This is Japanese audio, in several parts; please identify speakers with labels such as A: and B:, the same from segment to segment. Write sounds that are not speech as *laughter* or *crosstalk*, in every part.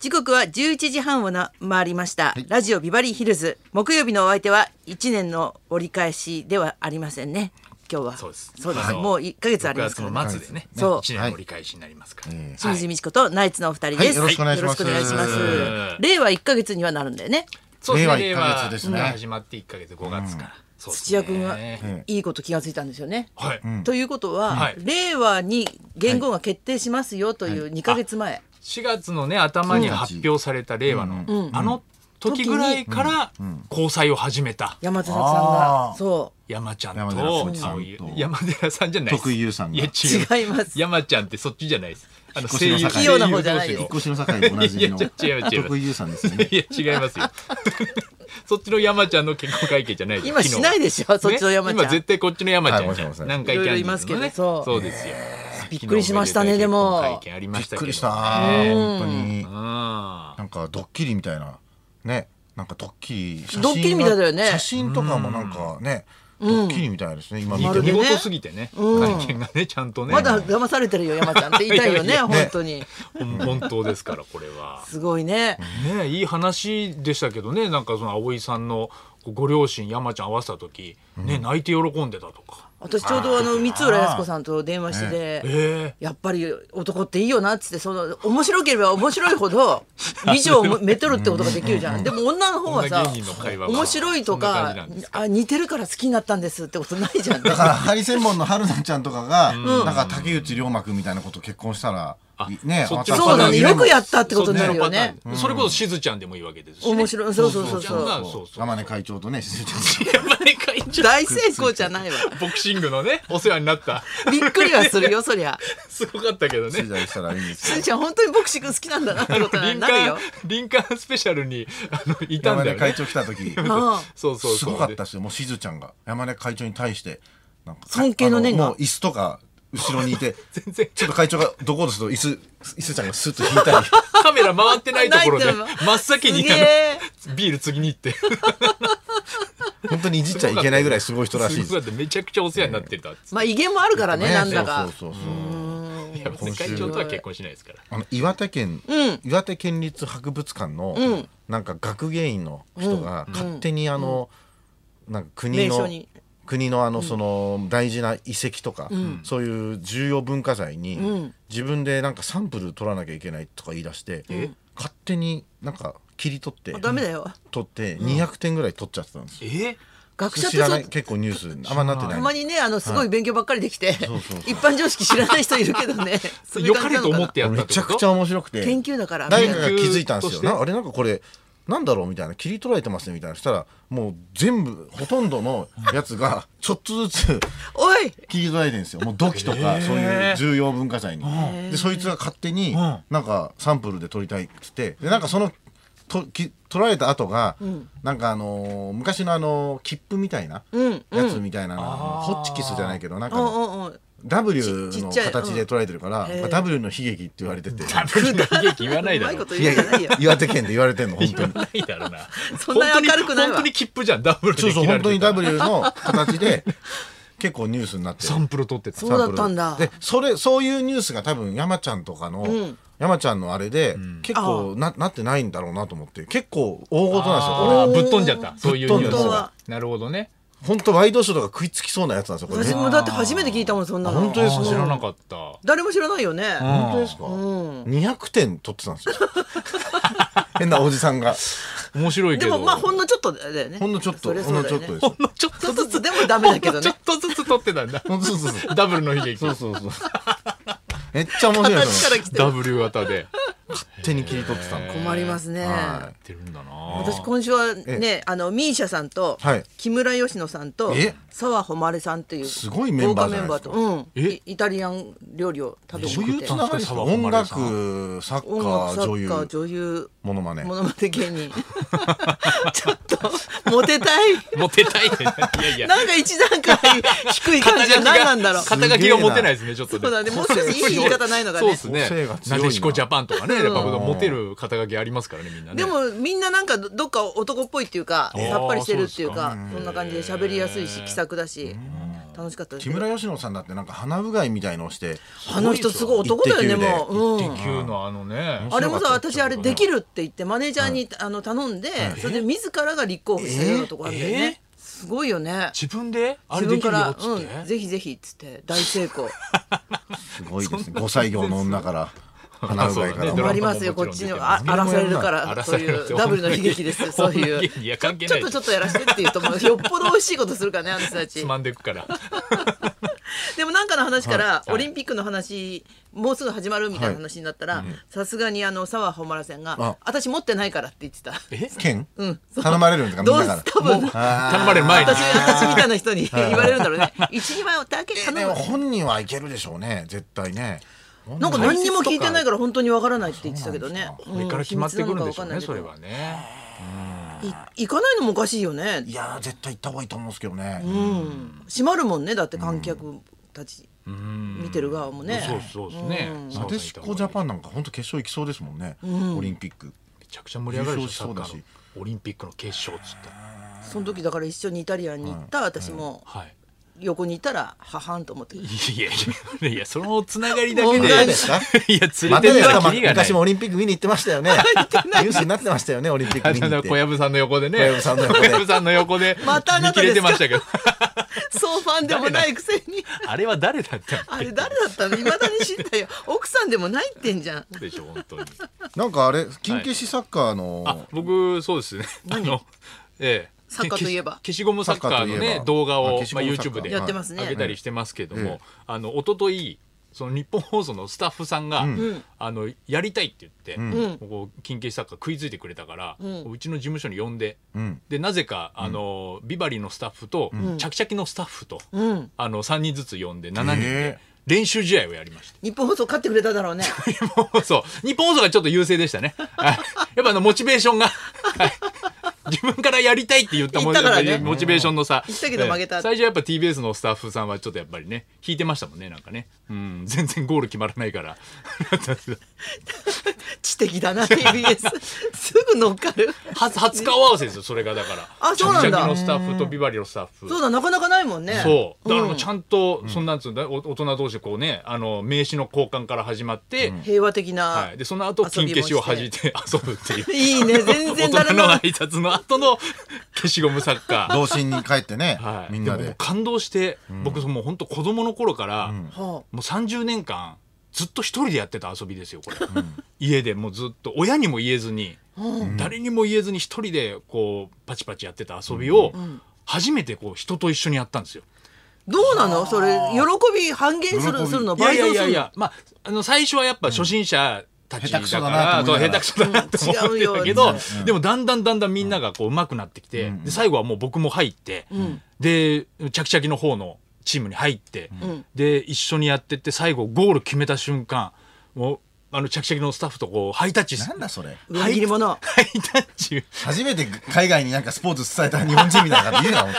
A: 時刻は11時半をな回りました、
B: い
A: ラジオビバリーヒルズ木曜日のお相手は1年の折り返しではありませんね今日は
C: そうです。
A: そうです
C: あの
A: もう1ヶ月ありますから
C: 6
A: ね
C: 月の末でね、
A: そう
C: 一年の折り返しになりますから。はい
A: 清水美智子とナイツのお二人です、
B: はいよろしくお願いします
A: よろしくお願いしま
C: う
A: す令和1ヶ月にはなるんだよね
C: そうですね。
B: 令
C: 令
B: 和
C: 和
B: 一ヶ月ですね
C: 始まって一ヶ月、五月から。そうです
A: 土屋君は
C: ね
A: いいこと気がついたんですよね、
C: はい。
A: ということは、
C: はい
A: 令和に言語が決定しますよという2ヶ月前、
C: 4月のね頭に発表された令和の、あの時ぐらいから交際を始めた
A: 山田さんが
B: あー
A: そ
C: 山ちゃん
B: 山
C: と
B: 寺さん
C: そういう
B: うん
C: 山寺さんじゃないです
B: 徳井優さんが
C: いや
A: う
C: 違
A: 違います
C: う山ちゃんってそっちじゃないですあの
B: 引っ越しの境
C: 声優
B: 器用
A: な方じゃないです
C: 声優
B: 引っ
C: 同
B: 越しの境でおなじみの
C: いや違う違う違う
B: 徳井優さんですよ
C: *laughs*
B: ね
C: 士のいや違いますよそっちの山ちゃんの結婚会見じゃないです
A: 今
C: 昨日
A: しないでしょそっちの山ちゃん
C: ね今絶対こっちの山ちゃんじゃ
B: はいごめんなさ
C: ん
B: い
C: 何回キャンディ
A: いろいろ
C: ーズのね
A: いますけどそう
C: そうですよ
A: びっくりしましたねでも
C: 昨日おめでたい結婚会見あり
B: び
C: ま
B: っ
C: したけど
B: くりした
C: ね
B: 本当に
C: うん
B: なんかドッキリみたいなねなんかドッキリ写真が
A: ドッキリみたいだよね
B: 写真とかもなんかねドッキリみたいですね今見
C: ま
B: て
A: る
C: るで
A: で
B: ね
A: ね
C: 見事すぎてね、会見がね、ちゃんと
A: う
C: ね。
A: まだ騙されてるよ山ちゃんって言いたいよ
C: い
A: ね
C: やいや
A: 本当に
C: 本 *laughs* 本当ですから、これは。
A: すごいね
C: ねえ、いい話でしたけどね、なんかその葵さんのご両親山ちゃん合わせた時、ね、泣いて喜んでたとか。
A: 私ちょうどあの三浦靖子さんと電話してて、
C: え
A: やっぱり男っていいよなっつってその面白ければ面白いほど美女をめとるってことができるじゃんでも女の方はさ
C: 女芸人の会話は
A: 面白いと
C: そんな
A: か
C: 感じなんです
A: あ似てるから好きになったんですってことないじゃん
B: だからハリセンボンの春菜ちゃんとかがなんか竹内涼真君みたいなこと結婚したらね
C: そっち
B: また
A: そうだねよくやったっ
C: え
A: てことになるよ
C: そっちのパ
A: ね
C: ターンそれこそしずちゃんでもいいわけですし、ね。
A: 面白いそうそうそう
C: し
A: そ
C: ずちゃん
A: う
C: がそうそう。
B: 天音会長とね *laughs* しずちゃん
C: 山根会長
A: 大成功じゃないわ
C: ボクシングのね、お世話になった。
A: びっくりはするよそりゃ
C: すごかったけどね
B: 取。材したらいいんです
A: す
B: よ
A: ーちゃん本当にボクシング好きなんだなってことに
C: 林
A: なるよ
C: 間、林間スペシャルに、あの、いたん
B: 山
C: だ
B: 根
C: よ
B: 会
C: ね。
B: 長来た
C: *laughs*
B: 時
A: あ
C: そうそうそう。
B: すごかったですよもうしずちゃんが山根会長に対してなんか
A: 尊敬の念が
B: あもう椅子とか後ろにいて
C: 全然
B: ちょっと会長がどこうとすると椅子椅子ちゃんがスッと引いたり
C: *laughs* カメラ回ってないところで
A: ないと思う
C: 真っ先に
A: すげえ
C: あのビール次に行って
B: 本当にいじっちゃいけないぐらいすごい人らしいです
C: ごかっためちゃくちゃお世話になってたっつっ
A: まあ威厳もあるからね
B: ね
A: なんだか
B: そうそうそうそう
C: ていや別に会長とは結婚しないですから
B: あの岩手県、岩手県立博物館の、なんか学芸員の人が勝手にあの、なんか国
A: 名所
B: の
A: に
B: 国のあのその大事な遺跡とか、そういう重要文化財に、自分でなんかサンプル取らなきゃいけないとか言い出して、勝手になんか切り取って
A: あダメだよ
B: 取って200点ぐらい取っちゃってたんですよ。
C: え
A: 学者っ
B: 知
A: て
B: ら
A: そ
B: ないう結構ニュースあんまなってない
A: たまにねあのすごい勉強ばっかりできて、 *laughs* 一般常識知らない人いるけどね
B: *laughs*
A: そういう
C: よか
A: 感じ
C: れ
A: な
C: と
A: のか
C: 思
A: な
C: ってやった
B: め
C: って
B: ちゃ
C: こ
B: くちゃ
C: と
B: 面白くて
A: 研究だから
B: 誰かが気づいたんです
C: 研究とし
B: よ
C: て
B: なあれなんかこれなんだろうみたいな切り取られてますねみたいなしたらもう全部ほとんどのやつ
A: *laughs*
B: がちょっとずつ *laughs*
A: おい
B: 切り取られてるんですよもう土器
C: へ
B: とか
C: ー
B: そういう重要文化財に、でそいつが勝手に
C: ん
B: なんかサンプルで撮りたいっつってでなんかそのとき取られた後が、なんかあのー昔のあのー切符みたいな
A: うん
B: やつみたいなの、ホッチキスじゃないけどなんかあ
A: う
B: の
A: んうんうん
B: W
A: ちちっ
B: の
A: ちゃい
B: 形で捉えてるから、まあ W の悲劇って言われ
A: *laughs*
B: てて
C: ダブルの悲劇言わないうだ
A: まい
C: ろ
A: こと
B: い
A: 言
B: や
A: うん
B: い
A: じゃないよ
B: や岩手県で言われてんの本当
C: 言わ
B: に
C: ないだろうな
A: *laughs* そんな明るくないわ
C: 本当に切符じゃんダブルで
B: そう
C: 切
B: そう
C: られ
B: 本
C: てた
B: 当に W の形で *laughs* 結構ニュースになってる
C: サンプル取ってた
A: そうだったんだ
B: サンプルでそれそういうニュースが多分山ちゃんとかの、山ちゃんのあれで、結構ななってないんだろうなと思って結構大事なんですよこ
C: あーぶっ飛んじゃったそういうニュ
B: ぶっ飛
C: ース
B: ん
A: だ
C: がなるほどね
B: れ本当ワイドショーとか食いつきそうなやつなんですよこれね
A: 私もだって初めて聞いたもんそんなの
B: 本当
C: あ
B: です
C: ー知らなかった
A: 誰も知らないよね
B: 本当ですか、200点取ってたんですよ変なおじさんが
C: 面白いけ
A: で
C: ど
A: もまあほんのちょっとだよね
B: ほんのちょっと、
A: そりゃ
B: ほ
A: そ
B: ん
A: う
B: の
A: だ
B: ちょ
A: よね
B: っ
C: ほ
B: とですよ
C: んのちょっ
A: ち
C: と
A: ょっと
C: ず
A: ず
C: つ
A: つでもダメだけど
C: ちょ
A: ね
C: っとずつ取って
A: *laughs*
C: たんだ
B: ほんとそうそうそう
C: ダブルの悲劇
B: そうそうそう。めっちゃ面白いですよ。
C: ダブル型で
B: 手に切り取ってたの。
A: 困りますね
B: は
C: やってるんだな
A: 私今週はねあのミーシャさんと
B: はい
A: 木村佳乃さんと
B: え
A: 澤穂希さんという
B: すごいメンバーじゃないですか
A: 豪華メンバーとうん
C: え
A: イイタリアン料理を食べ
B: どう
A: に行
B: いう
A: っ
B: つ
A: て
B: ながりですか音楽、サッ
A: 音楽
B: カー、
A: 作
B: 女優、
A: 家女優
B: モノマネ。
A: ものまね芸人 *laughs* ちょっとモテたい
C: モテたいってないやいや
A: なんか一段階低い感じは何なんだろう
C: 肩書きが持てないですねちょっとね
A: そうだねもう少しいい言い方ないのが
C: そう
A: ね
C: ですね
B: 個性が強いな
C: なでしこジャパンとかねやっぱモテる肩書きありますからねみんなね
A: でもみんななんかどどっか男っぽいっていうか
C: ー
A: さっぱりしてるっていうか
C: そうですか
A: そんな感じで喋りやすいし気さくだし楽しかったです
B: 木村佳乃さんだってなんか鼻うがいみたいのをして
A: あの人すごい男だよねもう、うん
C: 一級のあのね
B: 面白かった
A: あれもさ
B: です
A: 私
B: よ
A: あれできるって言ってマネージャーに、あの頼んで、それで自らが立候補したようなとこあるんだよ
C: え
A: ね、すごいよね
C: 自分であれできるよっつっ
A: う
C: て、
A: ん、ぜひぜひっつって大成功
B: すごいですね5歳業の女から鼻うがいか
C: そう
B: ら
C: ね
A: 困りますよこっちに
C: ド
A: あ
C: ラ
A: 荒らされるから
C: 荒
A: そう
C: される
A: いうダブルの悲劇
C: *laughs*
A: ですそういう
C: い
A: ち
C: や
A: ょ
C: 関係
A: ち
C: な
A: ょ
C: い
A: っとちょっとやらせてっていうともうよっぽど美味しいことするからねあの人たち
C: *laughs* つまんでいくから
A: でもなんかの話から、
C: はい
A: オリンピックの話もうすぐ始まるみたいな話になったらさすがにあの澤穂村さんが
B: あ
A: 「私持ってないから」って言ってた。
B: 剣
A: うん、そう
B: 頼まれるんですかみん
A: どう
B: な
A: す
B: か
A: 多分私
B: ら
C: *laughs* 頼まれる前に
A: 私みたいな人に言われるんだろうね12枚をだけ
B: えで
A: 頼
B: も
A: む
B: 本人はいけるでしょうね絶対ね
A: なんか何にも聞いてないから本当にわからないって言ってたけどね
C: これから決まってくるんでしょうねそれ
A: は
C: はね
A: 行かないのもおかしいよね
B: いやー絶対行った方がいいと思うんですけどね
A: 閉まるもんねだって観客たち見てる側もね
C: そうそうですね
B: なでしこジャパンなんか本当決勝行きそうですもんねオリンピック
C: めちゃくちゃ盛り上がるでしょ
B: 優
C: サッ
B: 勝
C: カ
B: しそう
C: ー
B: だ
C: の
B: し
C: オリンピックの決勝っつって
A: その時だから一緒にイタリアンに行った私も
C: はい
A: 横にいたらははんと思って
C: いやいやいやそのつながりだけ
A: 問
C: で
A: 題
B: ですか
C: *laughs* いや釣れ
B: また
C: て
B: で
C: る
B: すか
C: わ
B: ま
C: けがない
B: 昔もオリンピック *laughs* 見に行ってましたよねニュースになってましたよねオリンピック見に行
C: あ
B: っ
C: の
B: て
C: 小籔さんの横でね
B: 小籔さんの横で
C: 小籔さんの横で
A: またあな
C: 見
A: た
C: 切
A: です
C: れ
A: か
C: てましたけど
A: そうファンでもないくせに
C: あれは誰だった
A: あれ誰だったの未だに知んだよ奥さんでもないってんじゃん
C: でしょ本当に
B: なんかあれ金消しサッカーの、
C: あ僕そうですねあのええ
A: サッカーといえば
C: 消しゴムサッカーの
B: サッカーといえ
C: ね
B: ば
C: 動画
B: あ
C: を
B: 消し
C: ま
B: ゴ
C: あ
B: ムサッカ
C: YouTube
B: ー
C: で
A: やってますね
C: 上げたりしてますけど
B: ええ
C: もあの一昨日その日本放送のスタッフさんがあのやりたいって言って
A: ん
C: ここ金消しサッカー食いついてくれたから
A: ん
C: うちの事務所に呼んで
B: うん、
C: でなぜかあのビバリーのスタッフとチャキチャキのスタッフと
A: うん
C: あの3人ずつ呼んで7人
B: え
C: で練習試合をやりました。
A: 日本放送勝ってくれただろうね
C: 日本放送。日本放送がちょっと優勢でしたね。はいやっぱあの、モチベーションが。はい自分からやりたいって言ったもん
A: 言ったからね
C: モチベーションのさ。
A: 言ったけど負けた
C: ええ最初やっぱ TBS のスタッフさんはちょっとやっぱりね、引いてましたもんね、なんかね。うん、全然ゴール決まらないから。
A: 知的だ
C: *laughs*
A: な TBS すぐ乗っかる *laughs*
C: 初、初顔合わせですよ、それがだから。
A: あそうなんだ
C: ジャキジャキのスタッフとビバリのスタッフ。
A: そうだなかなかないもんね
C: そうだからもうちゃんと、そんなんつうんだお大人同士でこうねあの名刺の交換から始まって、
A: 平和的な、
C: はい、でその後金消しを弾いて遊ぶっていう
A: いい
C: *laughs*
A: ね全然
C: 大
A: 誰
C: 人
A: も
C: の挨拶の後の消しゴムサッカ
B: 童心に帰ってね、
C: ー、 *laughs* はい、
B: みんな
C: ももう
B: で
C: 感動して、僕もう本当子供の頃から、
A: は
C: もう30年間ずっと一人でやってた遊びですよこれ、家でもうずっと親にも言えずに、誰にも言えずに一人でこうパチパチやってた遊びを、初めてこう人と一緒にやったんですよ。
A: あ、どうなのそれ喜び半減する
B: 喜び
A: するの
C: いや
A: 倍
C: いや
A: 増
C: い
A: す
C: や
A: る
C: い
A: の
C: や、まあ、あの最初はやっぱ初心者たちだから、
B: うん
C: そう下手くそだなって思ってたけど、
A: うん違うよ
C: でもだんだんだんだんみんながこう上手くなってきて、で最後はもう僕も入って、でチャキチャキの方のチームに入って、
A: ん
C: で一緒にやってって最後ゴール決めた瞬間もうあのチャキチャキのスタッフとこうハイタッチす
B: なんだそれ
A: 裏切り者
C: ハイタッチ
B: 初めて海外になんかスポーツ伝えた日本人みたいな感じ言うな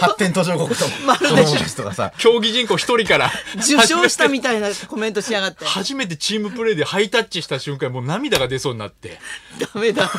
B: 発展途上国と
A: まるで
B: 子供たちとかさ
C: 競技人口一人から
A: 受賞したみたいな *laughs* コメントしやがって
C: 初めてチームプレーでハイタッチした瞬間もう涙が出そうになって。
A: ダ
C: *laughs*
A: メだ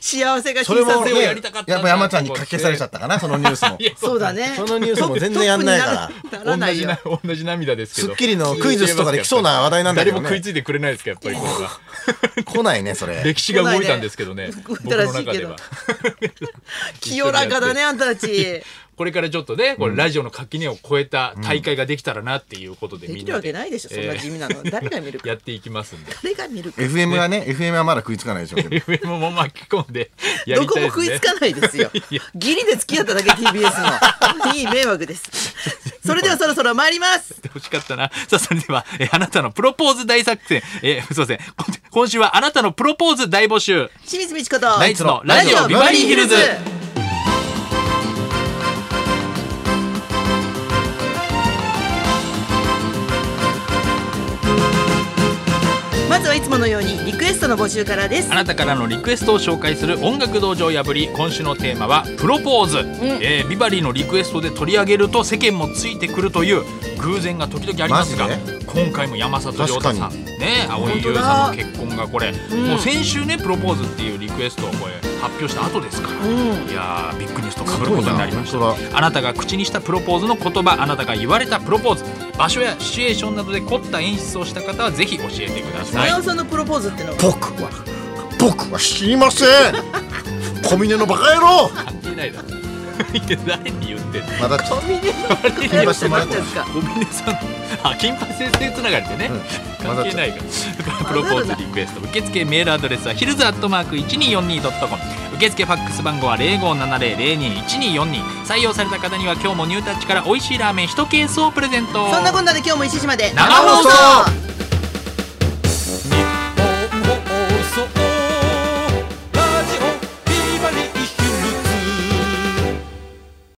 A: 幸せが
B: それ
A: 小
B: も
A: さす
C: 撮
B: ね
A: ぎ
C: 影を
B: や
C: や
B: っ
C: りたかったな
B: ぱ山ちゃんにかけ消されちゃったかなそのニュースも
C: いや
A: そうだね *laughs*
B: そのニュースも全然やんないから
A: トップになら
C: 同
A: な
C: じ
A: いよ
C: な同じ涙ですけ
B: ス
C: ど
B: ッキリのクイズとかできそうな話題なんだけど
C: 誰も食い
B: ね
C: ついてくれないですかやっぱりこれが
B: 来ないねそれ
C: *laughs* 歴史が動いたんですけどね
A: 来
C: 僕
A: な
C: の
A: いね動いたらしい
C: 中
A: け
C: で
A: ど
C: は
A: 清らかだね
C: 一緒にやっ
A: あんたた
C: *laughs*
A: ち
C: てこれからちょっとねこれラジオの垣根を超えた大会ができたらなっていうことで
A: で
C: み
A: き
C: ん
A: る
C: な
A: わ
C: で
A: けないでしょそんな地味なの誰が見るか
C: やっていきますんで *laughs*
A: 誰が見るか
B: FM はね FM はまだ食いつかないでしょうけど
C: FM も巻き込んでや
A: ど
C: り
A: こ
C: たい
A: も
C: です
A: 食
C: ね
A: いつかないです
C: *laughs*
A: よ。ギリで付き合っただけ TBS の。いい迷惑です。それではそろそろ参り
C: *laughs*
A: ます。
C: って欲しかったな。さあ、それでは、えーあなたのプロポーズ大作戦、えーすいません。こ今週はあなたのプロポーズ大募集。
A: 清水美智子と。
C: ナイツのラジオビバリーヒルズ
A: まずはいつものようにリクエストの募集からです
C: あ。なたからのリクエストを紹介する音楽道場破り今週のテーマはプロポーズ、えービバリーのリクエストで取り上げると世間もついてくるという偶然が時々ありますが
B: マジ
C: 今回も山里亮太さんね蒼井
A: 本
C: 優
A: 当だ
C: さんの結婚がこれ、もう先週ねプロポーズっていうリクエストをこれ発表した後ですから、いやービッグニュースとかぶる
B: すご
C: こ
B: いな
C: とになりまし
B: 本
C: たあなたが口にしたプロポーズの言葉あなたが言われたプロポーズ場所やシチュエーションなどで凝った演出をした方はぜひ教えてください
A: 宮尾さんのプロポーズってのは
B: 僕は僕は知りません小峰のバカ野郎
C: 関係ないだろ *laughs* 誰に言ってんの *laughs*
B: まだちょっ
A: コミネ
C: 金
A: 金八
C: *laughs*
A: って何ですか
C: 小峰さんあ金八先生つながりでね、
B: うん
C: 関係ないからプロポーズリクエスト受付メールアドレスはヒルズアットマーク 1242.com 受付ファックス番号は0570021242採用された方には今日もニュータッチから美味しいラーメン1ケースをプレゼント
A: そんなこんなで今日も1時まで
C: 生放送